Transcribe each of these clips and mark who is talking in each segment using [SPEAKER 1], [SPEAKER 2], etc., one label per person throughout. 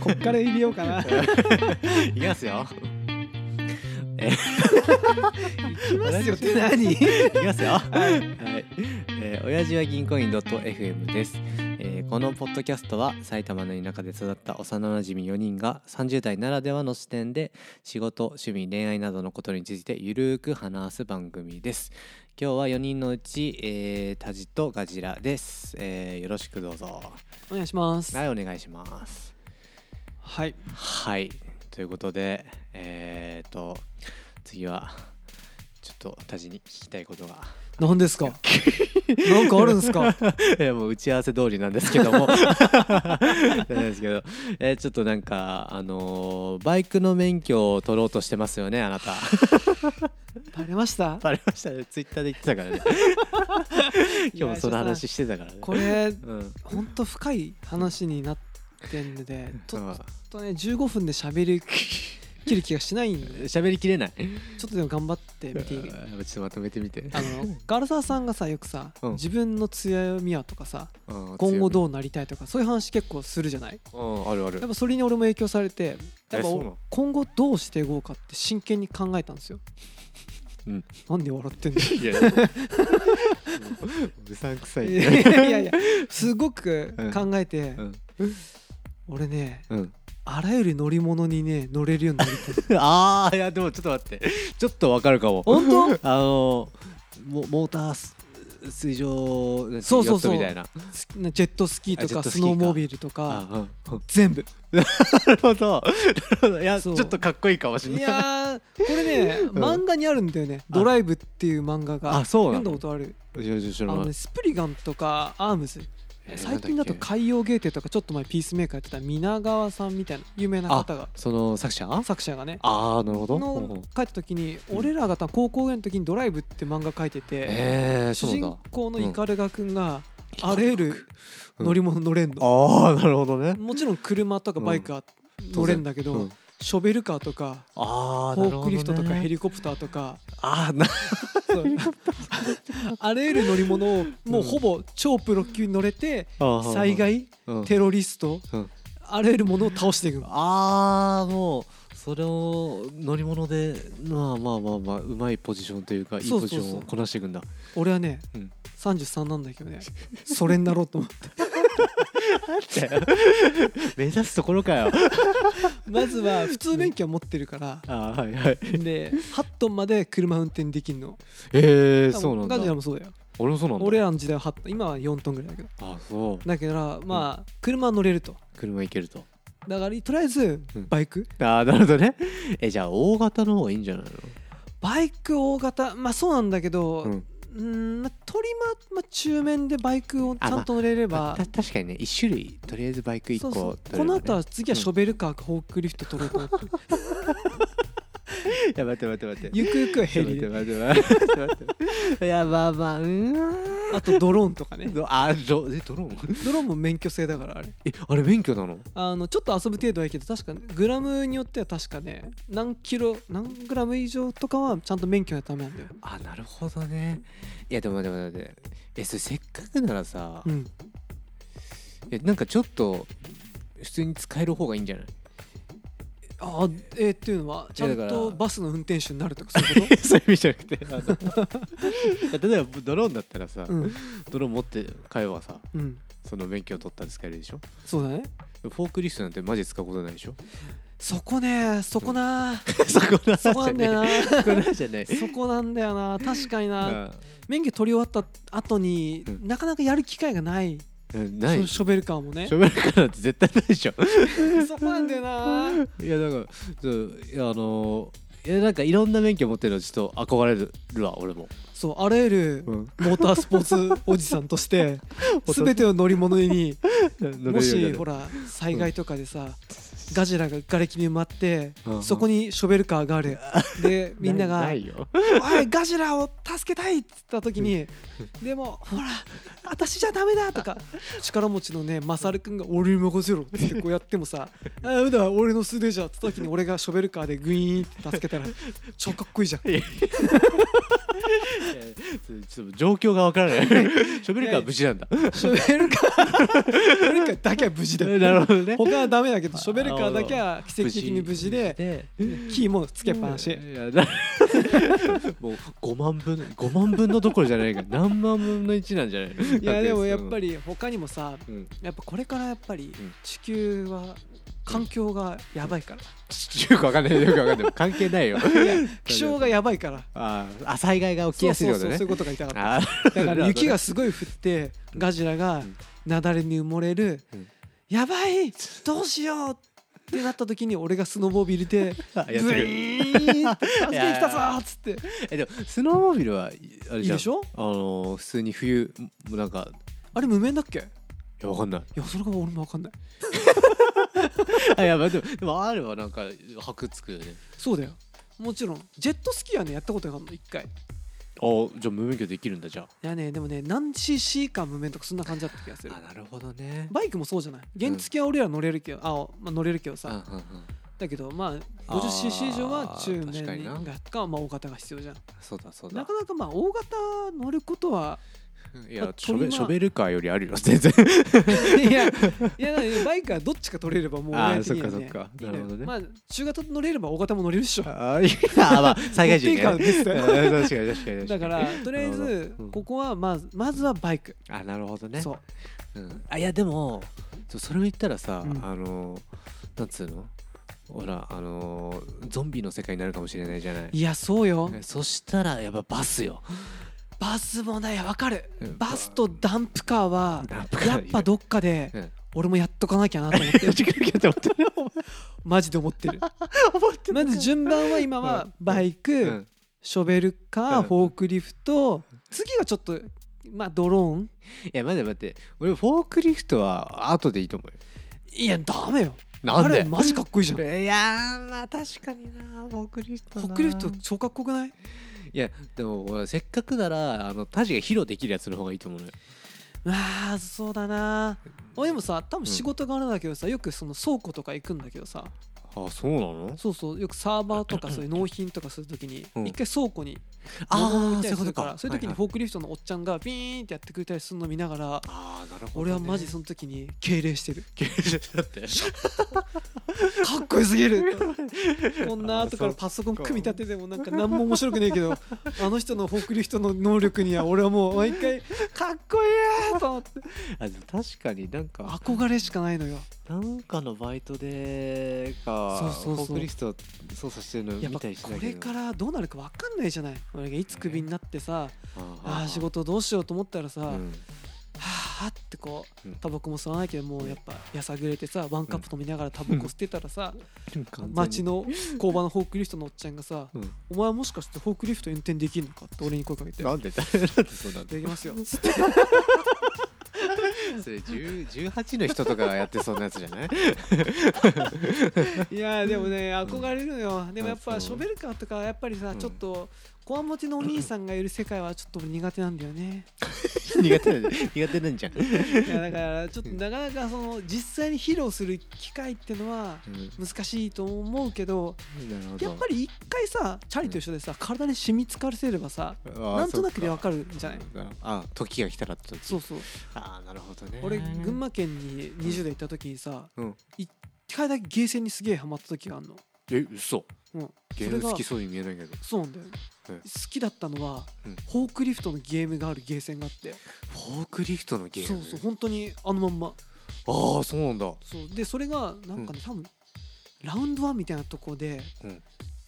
[SPEAKER 1] こっから入れようかな。
[SPEAKER 2] いきますよ。
[SPEAKER 1] いますよって何
[SPEAKER 2] いきますよ。はい。えー、親父は銀行員 .fm です、えーこのポッドキャストは埼玉の田舎で育った幼馴染4人が30代ならではの視点で仕事、趣味、恋愛などのことについてゆるーく話す番組です。今日は4人のうち、えー、タジとガジラです、えーよろしくどうぞ。
[SPEAKER 1] お願いします。
[SPEAKER 2] はい、お願いします。
[SPEAKER 1] はい。
[SPEAKER 2] はい。ということで、えー、と、次は、ちょっとタジに聞きたいことが。
[SPEAKER 1] 何ですか。 なんかあるんですか。
[SPEAKER 2] いやもう打ち合わせ通りなんですけど もなんですけど、えーちょっとなんかあのーバイクの免許を取ろうとしてますよねあな た
[SPEAKER 1] バレま した。
[SPEAKER 2] バレましたねツイッターで言ってたからね今日もその話してたからね
[SPEAKER 1] これ
[SPEAKER 2] うん
[SPEAKER 1] 本当深い話になってんで、ちょ
[SPEAKER 2] ま
[SPEAKER 1] っ
[SPEAKER 2] あ
[SPEAKER 1] とね15分で喋りきる気がしないんで、
[SPEAKER 2] 喋りきれない
[SPEAKER 1] ちょっとでも頑張って見ていい
[SPEAKER 2] うん。ちょっとまとめてみて
[SPEAKER 1] あのガラサーさんがさよくさ、
[SPEAKER 2] うん
[SPEAKER 1] 自分の強みはとかさ
[SPEAKER 2] うん
[SPEAKER 1] 今後
[SPEAKER 2] 強
[SPEAKER 1] どうなりたいとかそういう話結構するじゃない
[SPEAKER 2] みうんあるある
[SPEAKER 1] やっぱそれに俺も影響されてやっ
[SPEAKER 2] え
[SPEAKER 1] ぱ
[SPEAKER 2] そう
[SPEAKER 1] お
[SPEAKER 2] なの
[SPEAKER 1] 今後どうしていこうかって真剣に考えたんですよ、
[SPEAKER 2] うん
[SPEAKER 1] なんで笑ってんの
[SPEAKER 2] い やもううさんくさい
[SPEAKER 1] い
[SPEAKER 2] ね
[SPEAKER 1] やいやいやすごく考えて、
[SPEAKER 2] うん
[SPEAKER 1] 俺ね
[SPEAKER 2] うん、
[SPEAKER 1] あらゆる乗り物にね乗れるようになりたい
[SPEAKER 2] ああいやでもちょっと待ってちょっとわかるかも
[SPEAKER 1] 本
[SPEAKER 2] あのモモータース水上なんて
[SPEAKER 1] そうそう
[SPEAKER 2] ヨット
[SPEAKER 1] そう
[SPEAKER 2] みたいな
[SPEAKER 1] 当ジェットスキーと
[SPEAKER 2] あジェッ
[SPEAKER 1] か
[SPEAKER 2] トス
[SPEAKER 1] ス
[SPEAKER 2] キーか
[SPEAKER 1] ノーモービルとか
[SPEAKER 2] ああ
[SPEAKER 1] 全部
[SPEAKER 2] なるほどなるほどいやち
[SPEAKER 1] そ
[SPEAKER 2] ょ
[SPEAKER 1] う
[SPEAKER 2] っとかっこいいかもしれ
[SPEAKER 1] い
[SPEAKER 2] ない
[SPEAKER 1] やーこれね
[SPEAKER 2] ん
[SPEAKER 1] 漫画にあるんだよね「ドライブ」っていう漫画が
[SPEAKER 2] あそ
[SPEAKER 1] 読
[SPEAKER 2] うなん
[SPEAKER 1] だ
[SPEAKER 2] の
[SPEAKER 1] ことある
[SPEAKER 2] いやいや知
[SPEAKER 1] あ
[SPEAKER 2] らない
[SPEAKER 1] の、ね、スプリガンとかアームズ
[SPEAKER 2] えー
[SPEAKER 1] 最近だと
[SPEAKER 2] なんっ
[SPEAKER 1] 海洋ゲーテとかちょっと前ピースメーカーやってた皆川さんみたいな有名な方が
[SPEAKER 2] けその作者あ
[SPEAKER 1] 作者がね
[SPEAKER 2] あなるほどほうほ
[SPEAKER 1] の
[SPEAKER 2] う
[SPEAKER 1] 書いた時に
[SPEAKER 2] うん
[SPEAKER 1] 俺らが多分高校の時に「ドライブ」って漫画書いてて
[SPEAKER 2] えー
[SPEAKER 1] 主
[SPEAKER 2] そうなん
[SPEAKER 1] 人
[SPEAKER 2] だ
[SPEAKER 1] 公のイカルガくんが
[SPEAKER 2] うん
[SPEAKER 1] あらゆる
[SPEAKER 2] うん
[SPEAKER 1] 乗り物乗れんの
[SPEAKER 2] ああなるほどね
[SPEAKER 1] もちろん車とかバイクは乗れんだけ
[SPEAKER 2] う
[SPEAKER 1] ど
[SPEAKER 2] ん
[SPEAKER 1] ショベルカーとか
[SPEAKER 2] ああ
[SPEAKER 1] フォークリフトとかヘ
[SPEAKER 2] リ
[SPEAKER 1] リコプターとか
[SPEAKER 2] ああな
[SPEAKER 1] そう あらゆる乗り物をもうほぼ超プロ級に乗れて災害テロリスト
[SPEAKER 2] うん
[SPEAKER 1] あらゆるものを倒していくの
[SPEAKER 2] ああもうそれを乗り物でまあまあまあまあうまいポジションというかいい
[SPEAKER 1] そうそ
[SPEAKER 2] ポ
[SPEAKER 1] う
[SPEAKER 2] ジ
[SPEAKER 1] そ
[SPEAKER 2] シ
[SPEAKER 1] う
[SPEAKER 2] ョンをこなしてい くんだ
[SPEAKER 1] 俺はね、
[SPEAKER 2] うん
[SPEAKER 1] 33なんだけどねそれになろうと思って
[SPEAKER 2] 目指すところかよ
[SPEAKER 1] まずは普通免許は持ってるから
[SPEAKER 2] あーはいはい
[SPEAKER 1] で8トンまで車運転できるの
[SPEAKER 2] えー、そうなんだ
[SPEAKER 1] ガジラもそうだよ
[SPEAKER 2] 俺もそうなんだ
[SPEAKER 1] 俺らの時代は8トン今は4トンぐらいだけど
[SPEAKER 2] あそ
[SPEAKER 1] だからまあ、車乗れると
[SPEAKER 2] う車行けると
[SPEAKER 1] だからとりあえず
[SPEAKER 2] うん
[SPEAKER 1] バイク、
[SPEAKER 2] ああなるほどね えじゃあ大型の方がいいんじゃないの
[SPEAKER 1] バイク大型まあそうなんだけど、
[SPEAKER 2] うん
[SPEAKER 1] うーんまあ、トリマ、まあ、中面でバイクをちゃんと乗れれば、
[SPEAKER 2] た確かにね一種類とりあえずバイク一
[SPEAKER 1] そ
[SPEAKER 2] 個
[SPEAKER 1] うそう
[SPEAKER 2] 取れ
[SPEAKER 1] こ
[SPEAKER 2] ば
[SPEAKER 1] の
[SPEAKER 2] ね
[SPEAKER 1] 後は次はショベルカーかフォークリフト取ろうと 思ってる、
[SPEAKER 2] いや待って待って待って
[SPEAKER 1] ゆくゆくは ヘリ
[SPEAKER 2] ちょ
[SPEAKER 1] で
[SPEAKER 2] っと待って待って待って待っていやまあまあうーん
[SPEAKER 1] あとドローンとかね
[SPEAKER 2] どあドえドローン
[SPEAKER 1] ドローンも免許制だからあれ
[SPEAKER 2] えあれ免許なの
[SPEAKER 1] あのちょっと遊ぶ程度はいいけど確かグラムによっては確かね何キロ何グラム以上とかはちゃんと免許がダメなんだよ、
[SPEAKER 2] あなるほどねいやでも待って待って待ってえそれせっかくならさ、
[SPEAKER 1] うん、
[SPEAKER 2] えなんかちょっと普通に使える方がいいんじゃない
[SPEAKER 1] あえー、っていうのはちゃん
[SPEAKER 2] いやだか
[SPEAKER 1] と
[SPEAKER 2] ら
[SPEAKER 1] バスの運転手になるとかそういうこ
[SPEAKER 2] そういう意味じゃなく てあの例えばドローンだったらさ、
[SPEAKER 1] とうん、
[SPEAKER 2] ドローン持って買えばさ
[SPEAKER 1] うん、
[SPEAKER 2] その免許を取ったら使えるでしょ
[SPEAKER 1] そうだね
[SPEAKER 2] フォークリフトなんてマジ使うことないでしょ
[SPEAKER 1] そこねそこな
[SPEAKER 2] そこな
[SPEAKER 1] そこなんだよな
[SPEAKER 2] そこなんじゃない
[SPEAKER 1] そこなんだよな確かにな
[SPEAKER 2] あ
[SPEAKER 1] 免許取り終わった後に、
[SPEAKER 2] うん
[SPEAKER 1] なかなかやる機会がない
[SPEAKER 2] うんない
[SPEAKER 1] ショショベルカーもね
[SPEAKER 2] しょべるからって絶対ないでし ょ
[SPEAKER 1] そこなんだよない
[SPEAKER 2] やだからそういやあのいやなんかいろんな免許持ってるのちょっと憧れるわ俺も、
[SPEAKER 1] そうあらゆる
[SPEAKER 2] ん、
[SPEAKER 1] モータースポーツおじさんと して全ての乗り物にもしほ
[SPEAKER 2] ら
[SPEAKER 1] ら災害とかでさガジラが瓦礫に埋まって
[SPEAKER 2] うん
[SPEAKER 1] そこにショベルカーが あるでみんなが
[SPEAKER 2] な
[SPEAKER 1] 「
[SPEAKER 2] いよ
[SPEAKER 1] おいガジラを助けたい!」って言った時にでもほら私じゃダメだ とか力持ちのねマサルくんが「俺に任せろ」ってこうやっても さ「あうだ俺の素手じゃ」って時に 俺がショベルカーでグイーンって助けたら超かっこいいじゃん。
[SPEAKER 2] いやちょっと状況がわからない。 ショベルカーは無事なんだ。
[SPEAKER 1] ショベルカーショベルカーだけは無事だよ
[SPEAKER 2] なるほどね。
[SPEAKER 1] 他はダメだけどショベルカーだけは奇跡的に無事で
[SPEAKER 2] で
[SPEAKER 1] キーもつけっぱなし
[SPEAKER 2] いやな もう5万分5万分のどころじゃないから何万分の1なんじゃない
[SPEAKER 1] いやでもやっぱ
[SPEAKER 2] り、
[SPEAKER 1] り他にもさ
[SPEAKER 2] うん、
[SPEAKER 1] やっぱこれからやっぱり
[SPEAKER 2] ん
[SPEAKER 1] 地球は環境がやばいから
[SPEAKER 2] ちよくわかんないよくわか んない関係ない よ
[SPEAKER 1] いや気象がやばいから
[SPEAKER 2] あーあ災害が起き
[SPEAKER 1] そう
[SPEAKER 2] やすい
[SPEAKER 1] そう
[SPEAKER 2] こと
[SPEAKER 1] そう
[SPEAKER 2] ね
[SPEAKER 1] そういうことが言いたかった
[SPEAKER 2] あ
[SPEAKER 1] だから雪が
[SPEAKER 2] す
[SPEAKER 1] すごい降ってガジラが
[SPEAKER 2] うん
[SPEAKER 1] 雪崩に埋もれる
[SPEAKER 2] うん
[SPEAKER 1] 「やばいどうしよう!」ってなった時に俺がスノボービル で「
[SPEAKER 2] やっ
[SPEAKER 1] ブ
[SPEAKER 2] て
[SPEAKER 1] イ
[SPEAKER 2] くれる
[SPEAKER 1] ーンって助けてきたぞ!」っつって
[SPEAKER 2] えでもスノーモービルはあれじゃん
[SPEAKER 1] いいでしょ
[SPEAKER 2] あのー普通に冬もうなんか
[SPEAKER 1] あれ無面だっけい
[SPEAKER 2] いやわかんない
[SPEAKER 1] やそれが俺も分かんない
[SPEAKER 2] あいやまあでもでもあれはなんか箔つくよね
[SPEAKER 1] そうだよもちろんジェットスキーはねやったことがあるの一回い
[SPEAKER 2] あじゃあ無免許できるんだじゃあ
[SPEAKER 1] やねでもね何 cc か無面とかそんな感じだった気がする
[SPEAKER 2] あなるほどね
[SPEAKER 1] バイクもそうじゃない原付は俺ら乗れるけど、あ、まあ、乗れるけどさ、
[SPEAKER 2] うんうんうん
[SPEAKER 1] だけどまあ 50cc 以上は中
[SPEAKER 2] あー確か
[SPEAKER 1] 年
[SPEAKER 2] にな
[SPEAKER 1] がか、まあ、大型が必要じゃん
[SPEAKER 2] そうだそうだ
[SPEAKER 1] なかなかまあ大型乗ること は
[SPEAKER 2] いや
[SPEAKER 1] あ
[SPEAKER 2] ショベ
[SPEAKER 1] 鳥は
[SPEAKER 2] ショベルカーよりあるよ全 然
[SPEAKER 1] いやいやだからバイクはどっちか取れればもう
[SPEAKER 2] あー
[SPEAKER 1] 俺的には
[SPEAKER 2] そっかそっかなるほどね
[SPEAKER 1] まあ中型乗れれば大型も乗れるっしょ
[SPEAKER 2] あいやまあ災害時 にね
[SPEAKER 1] 乗っていいからです
[SPEAKER 2] うん確かに確かに確
[SPEAKER 1] だ からとりあえ
[SPEAKER 2] なる
[SPEAKER 1] ず
[SPEAKER 2] ほどうん
[SPEAKER 1] ここはまずまずはバイク、
[SPEAKER 2] あなるほどね
[SPEAKER 1] そう
[SPEAKER 2] うんあいやでもそうそれを言ったらさ
[SPEAKER 1] うん
[SPEAKER 2] あのなんつうのほらあのゾンビの世界になるかもしれないじゃない
[SPEAKER 1] いやそうよ
[SPEAKER 2] そしたらやっぱバスよ
[SPEAKER 1] バスもねわかる
[SPEAKER 2] うん
[SPEAKER 1] バスとダンプカーは
[SPEAKER 2] ダンプカー
[SPEAKER 1] やっぱどっかで
[SPEAKER 2] うん
[SPEAKER 1] 俺もやっとかなきゃなと思 って
[SPEAKER 2] 時間かけて思ってる
[SPEAKER 1] マジで思ってるまず順番は今はバイク、
[SPEAKER 2] うん
[SPEAKER 1] ショベルカー、
[SPEAKER 2] うん
[SPEAKER 1] フォークリフト次はちょっとまあドローン
[SPEAKER 2] いや待って待って俺フォークリフトは後でいいと思うよ
[SPEAKER 1] いやダメよ
[SPEAKER 2] なんで
[SPEAKER 1] あれマジかっこいいじゃん
[SPEAKER 2] いやーまあ確かになフォークリフト
[SPEAKER 1] フ
[SPEAKER 2] な
[SPEAKER 1] ォークリフト超かっこよくない
[SPEAKER 2] いやでも俺せっかくならあのタジが披露できるやつの方がいいと思うのよ
[SPEAKER 1] あーそうだな俺もさ多分仕事があるんだけどさよくその倉庫とか行くんだけどさ
[SPEAKER 2] あそうなの
[SPEAKER 1] そうそうよくサーバーとかそういう納品とかするときに
[SPEAKER 2] うん
[SPEAKER 1] 一回倉庫に
[SPEAKER 2] あー
[SPEAKER 1] 物を置いたり
[SPEAKER 2] そういう
[SPEAKER 1] す
[SPEAKER 2] こと
[SPEAKER 1] る
[SPEAKER 2] か
[SPEAKER 1] からそういう時に
[SPEAKER 2] はいはい
[SPEAKER 1] フォークリフトのおっちゃんがビーンってやってくれたりするの見ながら
[SPEAKER 2] ああなるほど、
[SPEAKER 1] 俺はマジそ
[SPEAKER 2] の
[SPEAKER 1] の時に敬礼してる
[SPEAKER 2] だ って
[SPEAKER 1] かっこよすぎる こんな後からパソコン
[SPEAKER 2] そっか
[SPEAKER 1] 組み立ててもなんか何も面白くねえけどあの人のフォークリフトの能力には俺はもう毎回かっこいいと思って
[SPEAKER 2] あでも確かになんか
[SPEAKER 1] 憧れしかないのよ
[SPEAKER 2] なんかのバイトでか
[SPEAKER 1] そうそうそう
[SPEAKER 2] フォークリフト操作してるの
[SPEAKER 1] やっ
[SPEAKER 2] 見
[SPEAKER 1] ぱ
[SPEAKER 2] たりし
[SPEAKER 1] こ
[SPEAKER 2] たけど
[SPEAKER 1] れからどうなるか分かんないじゃない俺がいつクビになってさあ
[SPEAKER 2] あ
[SPEAKER 1] あ仕、事どうしようと思ったらさ、
[SPEAKER 2] うん
[SPEAKER 1] はあってこう
[SPEAKER 2] うん
[SPEAKER 1] タバコも吸わないけどもうやっぱやさぐれてさワンカップ飲みながらタバコ吸ってたら さ街、の工場のフォークリフトのおっちゃんがさ
[SPEAKER 2] うん
[SPEAKER 1] 「お前もしかしてフォークリフト運転できるのか?」って俺に声かけて「
[SPEAKER 2] なんで なんでそうなんだ
[SPEAKER 1] できますよ」つって
[SPEAKER 2] それ10 18の人とかがやってそうなやつじゃな
[SPEAKER 1] い
[SPEAKER 2] い
[SPEAKER 1] やーでもね憧れるのよでもやっ
[SPEAKER 2] あそ
[SPEAKER 1] ぱ
[SPEAKER 2] う
[SPEAKER 1] ショベルカーとかやっぱり
[SPEAKER 2] う
[SPEAKER 1] さ
[SPEAKER 2] ん
[SPEAKER 1] ちょっとこわもてのお兄さんがいる世界はちょっと俺苦手なんだよね
[SPEAKER 2] 苦手なんじゃん苦手なん じゃん、
[SPEAKER 1] いやだからちょっとなかなかその実際に披露する機会ってのは難しいと思うけど
[SPEAKER 2] なるほど
[SPEAKER 1] やっぱり一回さチャリと一緒でさ体に染みつかせればさなんとなくでわ
[SPEAKER 2] か
[SPEAKER 1] かるんじゃない
[SPEAKER 2] あ時が来たらって時
[SPEAKER 1] そうそう
[SPEAKER 2] ああなるほどね
[SPEAKER 1] 俺群馬県に20代行った時にさ
[SPEAKER 2] うん
[SPEAKER 1] 一回だけゲーセンにすげえハマった時があるの、
[SPEAKER 2] え嘘
[SPEAKER 1] うん、
[SPEAKER 2] ゲー
[SPEAKER 1] それ
[SPEAKER 2] ム
[SPEAKER 1] が
[SPEAKER 2] 好きそうに見えないけど
[SPEAKER 1] そうなんだよ、
[SPEAKER 2] うん
[SPEAKER 1] 好きだったのは、
[SPEAKER 2] うん
[SPEAKER 1] フォークリフトのゲームがあるゲーセンがあって
[SPEAKER 2] フォークリフトのゲー
[SPEAKER 1] そ
[SPEAKER 2] ム
[SPEAKER 1] うそう本当にあのまんま
[SPEAKER 2] ああそうなんだ
[SPEAKER 1] そうでそれがなんかね、多分ラウンドワンみたいなとこで、
[SPEAKER 2] うん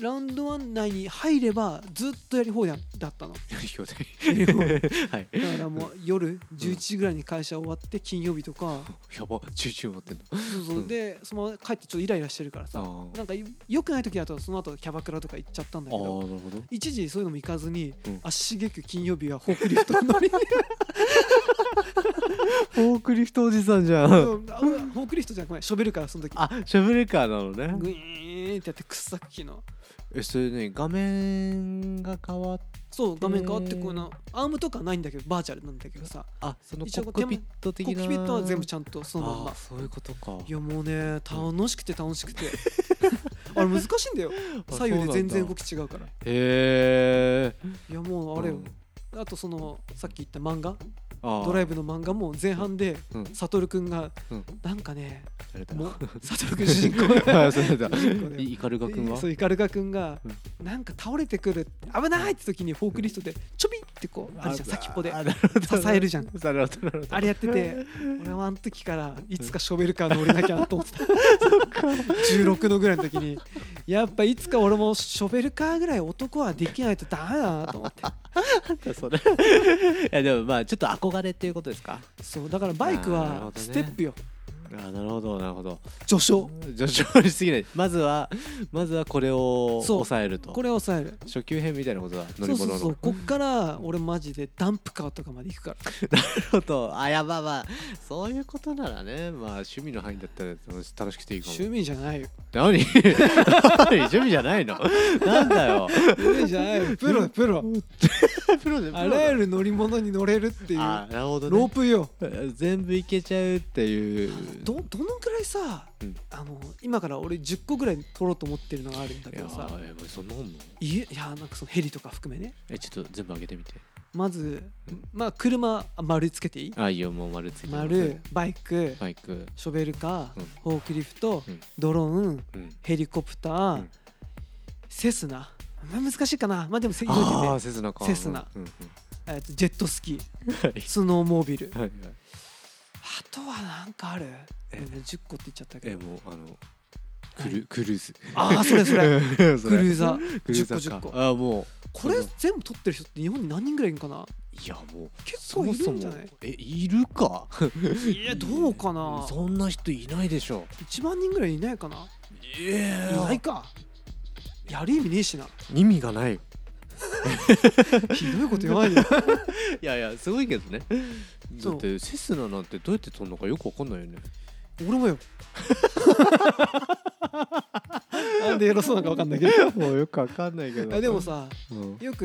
[SPEAKER 1] ラウンドワン内に入ればずっとやり放題だったの
[SPEAKER 2] やり放題 はい
[SPEAKER 1] だからもう夜11時ぐらいに会社終わって金曜日とか、
[SPEAKER 2] やばチューチュー持ってんの
[SPEAKER 1] そうそう
[SPEAKER 2] うん
[SPEAKER 1] でそのまま帰ってちょっとイライラしてるからさ
[SPEAKER 2] あ
[SPEAKER 1] なんか良くない時だとその後キャバクラとか行っちゃったんだ
[SPEAKER 2] あああな
[SPEAKER 1] けど
[SPEAKER 2] るほど
[SPEAKER 1] 一時そういうのも行かずに、
[SPEAKER 2] うん
[SPEAKER 1] 足しげく金曜日はフォークリフト乗り
[SPEAKER 2] フォークリフトおじさんじゃ
[SPEAKER 1] うんあうんフォークリフトじゃなくてショベルカーその時
[SPEAKER 2] あシャブレカーなの
[SPEAKER 1] グ
[SPEAKER 2] ね
[SPEAKER 1] イーンってやって掘削機の
[SPEAKER 2] えそれね画面が変わっ
[SPEAKER 1] そう画面変わって
[SPEAKER 2] へー
[SPEAKER 1] このアームとかはないんだけどバーチャルなんだけどさ
[SPEAKER 2] あそのコ
[SPEAKER 1] 一応
[SPEAKER 2] ックピット
[SPEAKER 1] コ
[SPEAKER 2] 的
[SPEAKER 1] ック
[SPEAKER 2] な
[SPEAKER 1] ピットは全部ちゃんとそのまん
[SPEAKER 2] あ
[SPEAKER 1] ま
[SPEAKER 2] あそういうことか
[SPEAKER 1] いやもうね楽しくて楽しくて あれ難しいんだよ
[SPEAKER 2] あ
[SPEAKER 1] 左右で全
[SPEAKER 2] そうなん
[SPEAKER 1] 然
[SPEAKER 2] だ
[SPEAKER 1] 動き違うから
[SPEAKER 2] へえ
[SPEAKER 1] いやもうあれよ、
[SPEAKER 2] うん
[SPEAKER 1] あとそのさっき言った漫画
[SPEAKER 2] あ
[SPEAKER 1] ドライ
[SPEAKER 2] ブ
[SPEAKER 1] ブの漫画も前半で
[SPEAKER 2] うん
[SPEAKER 1] 悟くんが
[SPEAKER 2] うん
[SPEAKER 1] なんかね
[SPEAKER 2] 誰だ
[SPEAKER 1] も う悟くん主人公
[SPEAKER 2] あそう だ
[SPEAKER 1] 主人公だ よ
[SPEAKER 2] イカルガ君は
[SPEAKER 1] そうイカルガ君がなんか倒れてくる危ないって時にフォークリストでちょびってこうあるじゃん先っぽで
[SPEAKER 2] あなるほど
[SPEAKER 1] 支えるじゃん
[SPEAKER 2] なるほどなるほど
[SPEAKER 1] あれやって て俺はあの時からいつかショベルカー乗れなきゃなと思ってた16のぐらいの時にやっぱいつか俺もショベルカーぐらい男はできないとダメだなと思って
[SPEAKER 2] それ いやでもまあちょっと憧れっていうことですか
[SPEAKER 1] そうだからバイク
[SPEAKER 2] なるほ
[SPEAKER 1] は
[SPEAKER 2] どね
[SPEAKER 1] ステップよ
[SPEAKER 2] あなるほどなるほど
[SPEAKER 1] 序章
[SPEAKER 2] 上昇しすぎないまずはまずはこれを
[SPEAKER 1] そう
[SPEAKER 2] 抑えると
[SPEAKER 1] これを抑える
[SPEAKER 2] 初級編みたいなことだ
[SPEAKER 1] そ
[SPEAKER 2] 乗り
[SPEAKER 1] うそ
[SPEAKER 2] 物の
[SPEAKER 1] うそうこっから俺マジでダンプカーとかまで行くから
[SPEAKER 2] ことあいやまあまあそういうことならねまあ趣味の範囲だったら楽し楽しくていいかも
[SPEAKER 1] 趣味じゃないよ
[SPEAKER 2] 何 何趣味じゃないのなんだよ
[SPEAKER 1] 趣味じゃないよプロプロ
[SPEAKER 2] プロでプロ
[SPEAKER 1] あ
[SPEAKER 2] だ
[SPEAKER 1] らゆる乗り物に乗れるっていう
[SPEAKER 2] あなるほど、ね、
[SPEAKER 1] ロープよ
[SPEAKER 2] 全部いけちゃうっていう
[SPEAKER 1] どどのくらいさ、
[SPEAKER 2] うん
[SPEAKER 1] あの今から俺10個ぐらい取ろうと思ってるのがあるんだ
[SPEAKER 2] い
[SPEAKER 1] け
[SPEAKER 2] や
[SPEAKER 1] どさ
[SPEAKER 2] ーやばいそんなもんの
[SPEAKER 1] いえいやなんかそのヘリとか含めね
[SPEAKER 2] えちょっと全部上げてみて
[SPEAKER 1] まずまあ車あ丸つけていい
[SPEAKER 2] あいいよもう丸ついてます
[SPEAKER 1] 丸バイク
[SPEAKER 2] バイク
[SPEAKER 1] ショベルカー、
[SPEAKER 2] うん
[SPEAKER 1] フォークリフト、
[SPEAKER 2] うん
[SPEAKER 1] ドローン
[SPEAKER 2] うん
[SPEAKER 1] ヘリコプター、
[SPEAKER 2] うん
[SPEAKER 1] セスナ、まあ、難しいかなまあでもせ言うて
[SPEAKER 2] あ
[SPEAKER 1] ね
[SPEAKER 2] あセスナか
[SPEAKER 1] セスナ
[SPEAKER 2] うんうん
[SPEAKER 1] えっとジェットスキー
[SPEAKER 2] はい
[SPEAKER 1] スノーモービル
[SPEAKER 2] はいはい
[SPEAKER 1] あとはなんかある
[SPEAKER 2] え
[SPEAKER 1] ごめん10個って言っちゃったけ
[SPEAKER 2] え
[SPEAKER 1] ど
[SPEAKER 2] もうあのクルクルーズ
[SPEAKER 1] ああそれそ れ
[SPEAKER 2] ク
[SPEAKER 1] クルーザー
[SPEAKER 2] クルーザー
[SPEAKER 1] 10個10個
[SPEAKER 2] ああもう
[SPEAKER 1] これ全部取ってる人って日本に何人ぐらいいるかない
[SPEAKER 2] やもう
[SPEAKER 1] 結構いるんじゃない
[SPEAKER 2] そもそもえいるか
[SPEAKER 1] いやどうかな
[SPEAKER 2] そんな人いないでしょ
[SPEAKER 1] 1万人ぐらいいないかな
[SPEAKER 2] え
[SPEAKER 1] いないかやる意味ねえしな
[SPEAKER 2] 意味がないい
[SPEAKER 1] ひどいこと言わないで
[SPEAKER 2] やいやすごいけどねだ
[SPEAKER 1] そう
[SPEAKER 2] ってセスナなんてどうやって飛んのかよくわかんないよね
[SPEAKER 1] 俺もよなんでエロそうなのか分かんないけど
[SPEAKER 2] もうよくわかんないけ
[SPEAKER 1] あでもさ
[SPEAKER 2] うん
[SPEAKER 1] よく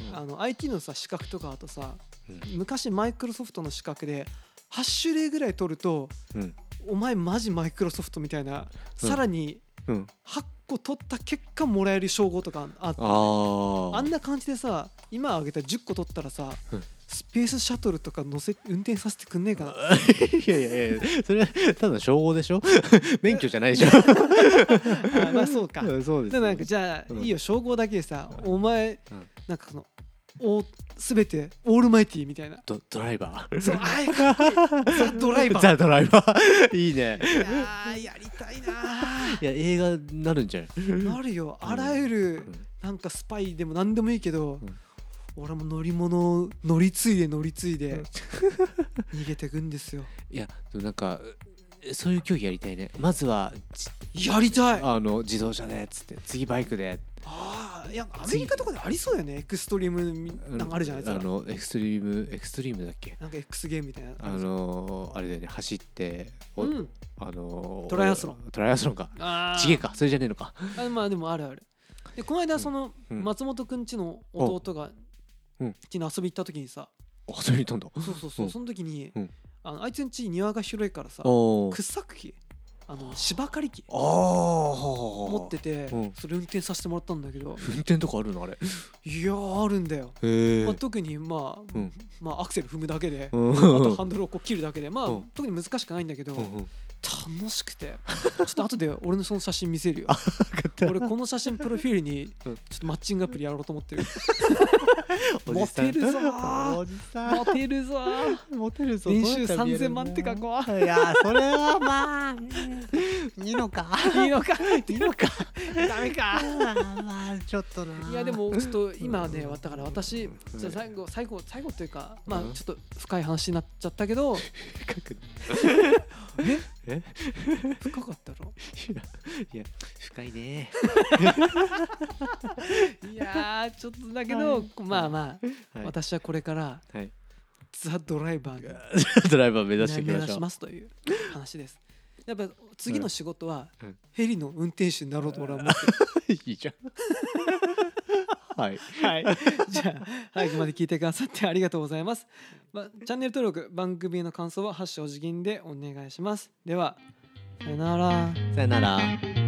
[SPEAKER 2] うん
[SPEAKER 1] あの IT のさ資格とかあとさ
[SPEAKER 2] うん
[SPEAKER 1] 昔マイクロソフトの資格で8種類ぐらい取ると
[SPEAKER 2] うん
[SPEAKER 1] お前マジマイクロソフトみたいなさらに
[SPEAKER 2] うん
[SPEAKER 1] 8個取った結果もらえる称号とかあって
[SPEAKER 2] あー
[SPEAKER 1] あんな感じでさ今挙げた10個取ったらさ、
[SPEAKER 2] うん
[SPEAKER 1] スペースシャトルとか乗せ運転させてくんねえかな
[SPEAKER 2] いやいやいやそれはただ称号でし ょ免許じゃないでしょ
[SPEAKER 1] あまあそうか。
[SPEAKER 2] うんそうです
[SPEAKER 1] でなんかじゃあ、
[SPEAKER 2] うん
[SPEAKER 1] いいよ称号だけでさ、
[SPEAKER 2] う
[SPEAKER 1] お前
[SPEAKER 2] うん
[SPEAKER 1] なんかそのお全てオールマイティーみたいな
[SPEAKER 2] ドドライバー
[SPEAKER 1] そうあいかっこいいザ・ドライバー
[SPEAKER 2] ザ・ドライバ ーいいね
[SPEAKER 1] いやーやりたいない
[SPEAKER 2] や映画になるんじゃない
[SPEAKER 1] ーなるよあらゆる
[SPEAKER 2] ん
[SPEAKER 1] なんかスパイでも何でもいいけど、
[SPEAKER 2] うん
[SPEAKER 1] 俺も乗り物を乗り継いで乗り継いで 逃げてくんですよ
[SPEAKER 2] いやでもなんかそういう競技やりたいねまずはじ
[SPEAKER 1] やりたい
[SPEAKER 2] あの自動車でっつって次バイクで
[SPEAKER 1] ああいやアメリカとかでありそうだよねエクストリームみなんかあるじゃないです
[SPEAKER 2] あ
[SPEAKER 1] か
[SPEAKER 2] のエクストリームエクストリームだっけ
[SPEAKER 1] なんか X ゲームみたいな
[SPEAKER 2] あのあれだよね走ってお
[SPEAKER 1] うん
[SPEAKER 2] あの
[SPEAKER 1] トライアスロン
[SPEAKER 2] トライアスロンか
[SPEAKER 1] あー
[SPEAKER 2] ちげえかそれじゃねえのか
[SPEAKER 1] あまあでもあるあるでこの間その
[SPEAKER 2] うん
[SPEAKER 1] 松本くんちの弟が
[SPEAKER 2] うん
[SPEAKER 1] 家に遊び行った時にさ
[SPEAKER 2] あそれに飛んだ
[SPEAKER 1] そうそうそう
[SPEAKER 2] うん
[SPEAKER 1] その時に
[SPEAKER 2] うん
[SPEAKER 1] あのあいつんち庭が広いからさ
[SPEAKER 2] おー
[SPEAKER 1] 掘削機あの芝刈り機
[SPEAKER 2] ああ
[SPEAKER 1] 持
[SPEAKER 2] 持
[SPEAKER 1] ってて
[SPEAKER 2] うん
[SPEAKER 1] それ運転させてもらったんだけど
[SPEAKER 2] 運転とかあるのあれ
[SPEAKER 1] いやーあるんだよ
[SPEAKER 2] へえ
[SPEAKER 1] まあ特にまあ
[SPEAKER 2] うん
[SPEAKER 1] まあアクセル踏むだけであ
[SPEAKER 2] うん
[SPEAKER 1] とハンドルをこう切るだけでまあ
[SPEAKER 2] うん
[SPEAKER 1] 特に難しくないんだけど
[SPEAKER 2] うんうん
[SPEAKER 1] 楽しくてちょっと後で俺のその写真見せるよ俺この写真プロフィールにち
[SPEAKER 2] う
[SPEAKER 1] ょ
[SPEAKER 2] ん
[SPEAKER 1] っとマッチングアプリやろうと思っ てる
[SPEAKER 2] おじさ
[SPEAKER 1] モ
[SPEAKER 2] ん
[SPEAKER 1] テるぞー
[SPEAKER 2] おじさん
[SPEAKER 1] モテるぞー
[SPEAKER 2] モテるぞ
[SPEAKER 1] 年収3000万って書
[SPEAKER 2] こ
[SPEAKER 1] こ
[SPEAKER 2] いやーそれはまあうん いいのか
[SPEAKER 1] ういいのか
[SPEAKER 2] いいの か
[SPEAKER 1] ダメか
[SPEAKER 2] まあまあちょっとない
[SPEAKER 1] やでもちょっと今ねだから私
[SPEAKER 2] うん
[SPEAKER 1] じゃあ最後最後最後というかまあ
[SPEAKER 2] うん
[SPEAKER 1] ちょっと深い話になっちゃったけど
[SPEAKER 2] 深く
[SPEAKER 1] え
[SPEAKER 2] え
[SPEAKER 1] 深かったろ
[SPEAKER 2] いやいや深いね
[SPEAKER 1] いやーちょっとだけ
[SPEAKER 2] は
[SPEAKER 1] ど
[SPEAKER 2] い
[SPEAKER 1] まあ まあ
[SPEAKER 2] はい
[SPEAKER 1] 私はこれから
[SPEAKER 2] はい
[SPEAKER 1] ザ・ドライバーに
[SPEAKER 2] ドライバー目指していき
[SPEAKER 1] 目
[SPEAKER 2] ま
[SPEAKER 1] 指
[SPEAKER 2] しょ
[SPEAKER 1] し
[SPEAKER 2] う
[SPEAKER 1] ますという話です。やっぱ次の仕事は
[SPEAKER 2] うん
[SPEAKER 1] ヘリの運転手になろうと俺は思ってる。
[SPEAKER 2] いいじゃん はい
[SPEAKER 1] はい、 じゃあ最後まで聞いてくださってありがとうございます。まあ、チャンネル登録番組への感想は「ハッシュお辞儀」でお願いします。ではさよなら。
[SPEAKER 2] さよなら